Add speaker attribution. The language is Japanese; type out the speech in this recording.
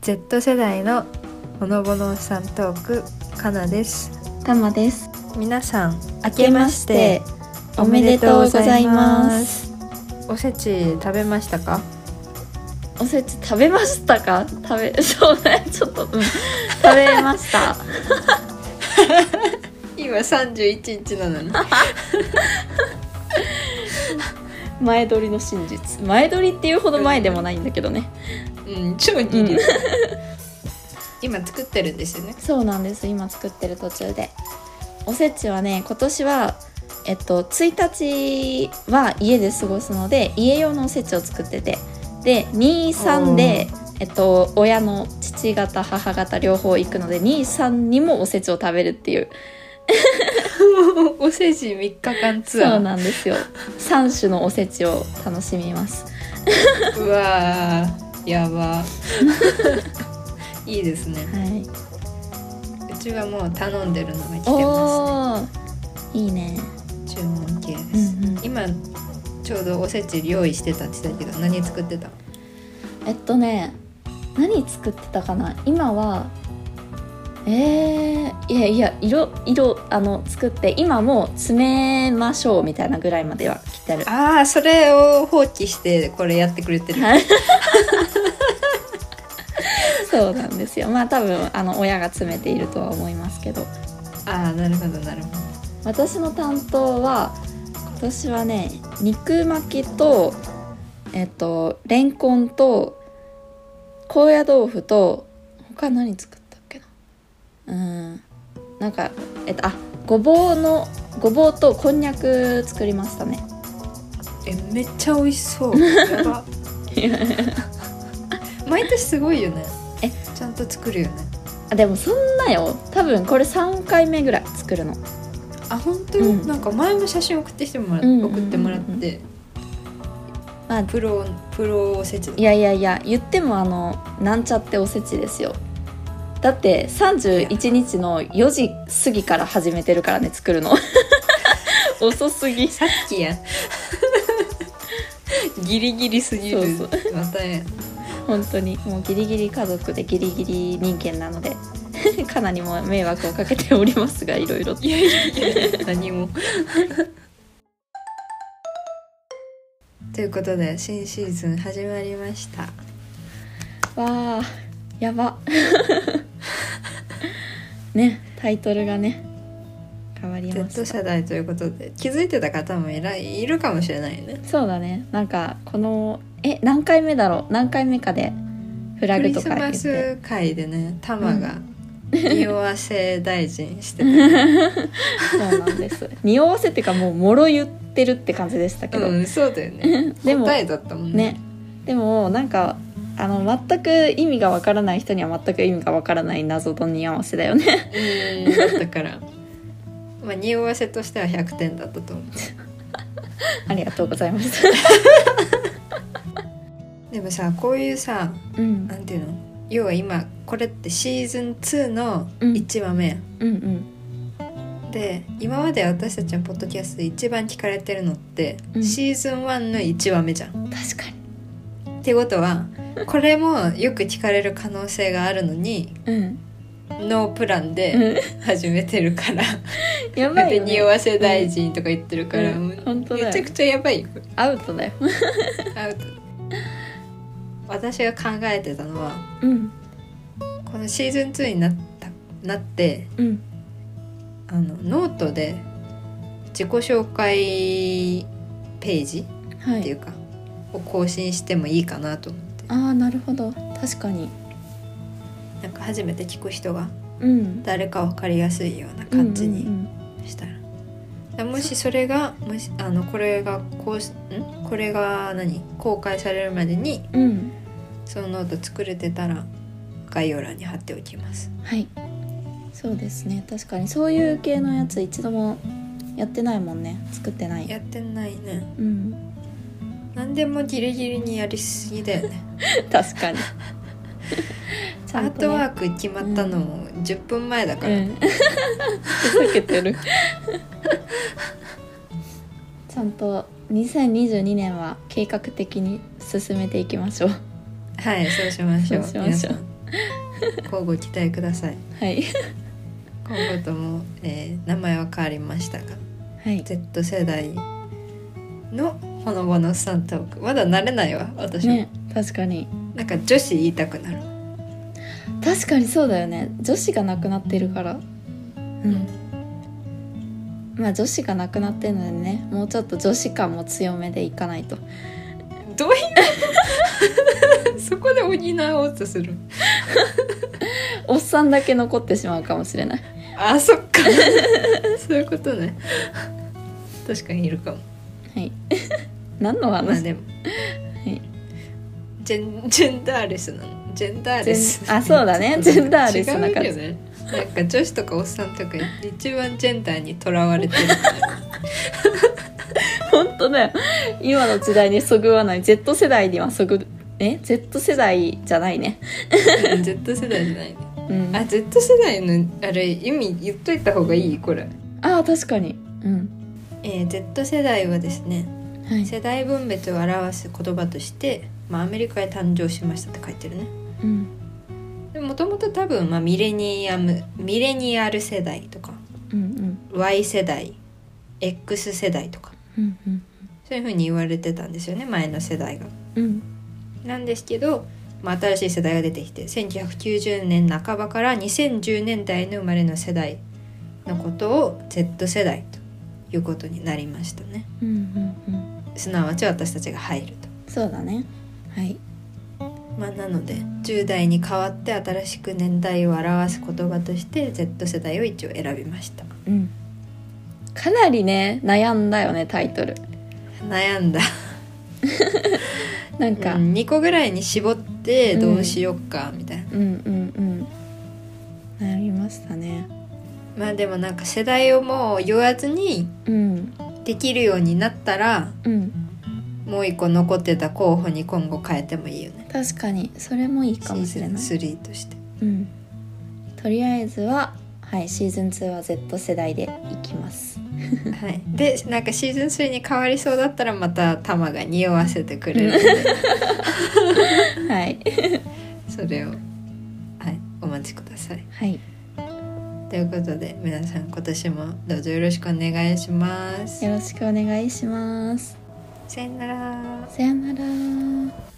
Speaker 1: Z 世代のほのぼのさんトークかなです
Speaker 2: たまです
Speaker 1: 皆さん
Speaker 2: 明けましておめでとうございます
Speaker 1: おせち食べましたか
Speaker 2: おせち食べましたか食べ そうねちょっと、うん、食べました
Speaker 1: 今31日なのに
Speaker 2: 前撮りの真実前撮りっていうほど前でもないんだけどね
Speaker 1: うん超ギリ、今作ってるんですよね
Speaker 2: そうなんです今作ってる途中でおせちはね今年はえっと1日は家で過ごすので家用のおせちを作っててで23でえっと親の父方母方両方行くので23にもおせちを食べるっていう
Speaker 1: おせち3日間ツ
Speaker 2: そ
Speaker 1: ア
Speaker 2: う
Speaker 1: ー
Speaker 2: なんです よ3種のおせちを楽しみます
Speaker 1: うわーや ばいいですね
Speaker 2: はい、
Speaker 1: うちはもう頼んでるのが来てま
Speaker 2: おーいいね、
Speaker 1: す注文系です、
Speaker 2: うんうん
Speaker 1: 今ちょうどおせち用意してたって言ってたけど何作ってた
Speaker 2: えっとね何作ってたかな今はえー、いやいや色色あの作って今もう詰めましょうみたいなぐらいまでは来て る
Speaker 1: ああそれを放棄してこれやってくれてる、
Speaker 2: はいそうなんですよまあ多分あの親が詰めているとは思いますけど
Speaker 1: ああなるほどなるほど
Speaker 2: 私の担当は今年はね肉巻きとえっとレンコンと高野豆腐と他何作ったっけなうんなんかえっとあごぼうのごぼうとこんにゃく作りましたね
Speaker 1: えめっちゃ美味しそうやば毎年すごいよね
Speaker 2: え
Speaker 1: ちゃんと作るよね
Speaker 2: あでもそんなよ多分これ3回目ぐらい作るの
Speaker 1: あ本当、
Speaker 2: うん
Speaker 1: なんか前も写真送ってきてもらって、
Speaker 2: うんうんうんうん
Speaker 1: 送ってもらって、
Speaker 2: まあ
Speaker 1: プロプロおせちだ
Speaker 2: いやいやいや言ってもあのなんちゃっておせちですよだって31日の4時過ぎから始めてるからね作るの 遅すぎ
Speaker 1: さっき やギリギリすぎる
Speaker 2: そう
Speaker 1: またや
Speaker 2: 本当にもうギリギリ家族でギリギリ人間なので かなりもう迷惑をかけておりますがいろいろと
Speaker 1: いやいやいやいや何も。 ということで新シーズン始まりました。
Speaker 2: わあやば ねタイトルがね変わりま
Speaker 1: Z
Speaker 2: した
Speaker 1: 世代ということで気づいてた方もいらいるかもしれないね。
Speaker 2: そうだねなんかこのえ何回目だろう何回目かでフラ
Speaker 1: ク
Speaker 2: グ
Speaker 1: リ
Speaker 2: と
Speaker 1: ス
Speaker 2: か言っ
Speaker 1: マ
Speaker 2: て
Speaker 1: ス会でねタマが
Speaker 2: う
Speaker 1: 匂わせ大臣してた。
Speaker 2: そうなんです。匂わせっていうかもうもろ言ってるって感じでしたけど、
Speaker 1: うんそうだよね。
Speaker 2: でも
Speaker 1: 答えだったもんね。
Speaker 2: ね。でもなんかあの全く意味がわからない人には全く意味がわからない謎と似合わせだよね。
Speaker 1: うんだったから。まあ匂わせとしては100点だったと思う。
Speaker 2: ありがとうございます。
Speaker 1: でもさこういうさ
Speaker 2: うん
Speaker 1: なんていうの要は今これってシーズン2の1話目、
Speaker 2: うんうん
Speaker 1: で今まで私たちのポッドキャストで一番聞かれてるのって、
Speaker 2: うん
Speaker 1: シーズン1の1話目じゃん。
Speaker 2: 確かに。
Speaker 1: ってことはこれもよく聞かれる可能性があるのに
Speaker 2: うん。
Speaker 1: ノープラン
Speaker 2: う
Speaker 1: で
Speaker 2: ん
Speaker 1: 始めてるから、
Speaker 2: や
Speaker 1: だっ
Speaker 2: ばい
Speaker 1: て
Speaker 2: よ、ね
Speaker 1: 匂。わせ大臣とか言ってるから、
Speaker 2: うん
Speaker 1: もう
Speaker 2: 本当だよ
Speaker 1: めちゃくちゃやばいよこれ
Speaker 2: アウトだよ。
Speaker 1: ア ウト私が考えてたのは
Speaker 2: うん
Speaker 1: このシーズン2になったなって
Speaker 2: うん
Speaker 1: あのノートで自己紹介ページっ
Speaker 2: は
Speaker 1: てい
Speaker 2: い。
Speaker 1: うか、を更新してもいいかなと思って
Speaker 2: ああなるほど確かに。
Speaker 1: なんか初めて聞く人が
Speaker 2: うん。
Speaker 1: 誰か分かりやすいような感じ
Speaker 2: うんう
Speaker 1: に
Speaker 2: ん
Speaker 1: したら、だもしそれがもしあのこれがこうしんこれが何公開されるまでに
Speaker 2: うん。うん
Speaker 1: そのノート作れてたら概要欄に貼っておきます
Speaker 2: はい。そうですね確かにそういう系のやつ一度もやってないもんね作ってない。
Speaker 1: やってないね
Speaker 2: うん。
Speaker 1: 何でもギリギリにやりすぎだよね
Speaker 2: 確かに。 ち
Speaker 1: ア
Speaker 2: ゃ
Speaker 1: ー
Speaker 2: んと
Speaker 1: ト
Speaker 2: ね
Speaker 1: ワーク決まったのも10分前だから、
Speaker 2: うん。ふざけてる。ちゃんと2022年は計画的に進めていきましょう。
Speaker 1: はい、そうしましょう。
Speaker 2: そうしましょう
Speaker 1: 皆交互期待ください
Speaker 2: はい
Speaker 1: 今後とも、えー名前は変わりましたが
Speaker 2: はい
Speaker 1: Z 世代のほのぼのさんトークまだ慣れないわ私も、
Speaker 2: ね確かに
Speaker 1: なんか女子言いたくなる
Speaker 2: 確かにそうだよね女子がなくなってるからうんまあ女子がなくなってるのでねもうちょっと女子感も強めでいかないと
Speaker 1: どういう そこで補おうとする
Speaker 2: おっさんだけ残ってしまうかもしれない
Speaker 1: あそっ かそういうことね確かにいるかも
Speaker 2: はい 何の
Speaker 1: まあ
Speaker 2: 話
Speaker 1: でも、
Speaker 2: い
Speaker 1: ジェンジェンダーレスなのジェンダーレス
Speaker 2: ジェンあそうだねジェンダーレスな感
Speaker 1: 違
Speaker 2: じ
Speaker 1: うよねなんか女子とかおっさんとか一番ジェンダーにとらわれてる
Speaker 2: 本当だよ今の時代にそぐわない Z 世代にはそぐえ Z 世代じゃないね
Speaker 1: Z 世代じゃないね
Speaker 2: うん
Speaker 1: あ
Speaker 2: あ
Speaker 1: Z 世代のあれ意味言っといた方がいいこれ、
Speaker 2: あ確かにうん
Speaker 1: えー Z 世代はですね
Speaker 2: はい、
Speaker 1: 世代分別を表す言葉として、まあ、アメリカへ誕生しましたって書いてるね
Speaker 2: うん
Speaker 1: でもともと多分、まあ、ミレニアムミレニアル世代とか
Speaker 2: うん
Speaker 1: Y 世代 X 世代とか
Speaker 2: うんうんうん
Speaker 1: そういうふうに言われてたんですよね前の世代が。
Speaker 2: うん
Speaker 1: なんですけど、まあ、新しい世代が出てきて1990年半ばから2010年代の生まれの世代のことを Z 世代ということになりましたね
Speaker 2: うんうんうん
Speaker 1: すなわち私たちが入ると。
Speaker 2: そうだねはい
Speaker 1: まあ、なので10代に代わって新しく年代を表す言葉として Z 世代を一応選びました
Speaker 2: うんかなりね悩んだよねタイトル
Speaker 1: 悩んだ
Speaker 2: なん
Speaker 1: な
Speaker 2: か、
Speaker 1: ん2個ぐらいに絞って
Speaker 2: うん
Speaker 1: どうしようかみたいな、
Speaker 2: うん、うんうん悩みましたね
Speaker 1: まあでもなんか世代をもう言わずに
Speaker 2: うん
Speaker 1: できるようになったら
Speaker 2: うん
Speaker 1: もう一個残ってた候補に今後変えてもいいよね
Speaker 2: 確かにそれもいいかもしれない
Speaker 1: シーズン3として
Speaker 2: うんとりあえずははいシーズン2は Z 世代でいきます
Speaker 1: はいでなんかシーズン3に変わりそうだったらまた玉が匂わせてくれるので
Speaker 2: はい
Speaker 1: それをはいお待ちください
Speaker 2: はい
Speaker 1: ということで皆さん今年もどうぞよろしくお願いします
Speaker 2: よろしくお願いします
Speaker 1: さよなら
Speaker 2: さよなら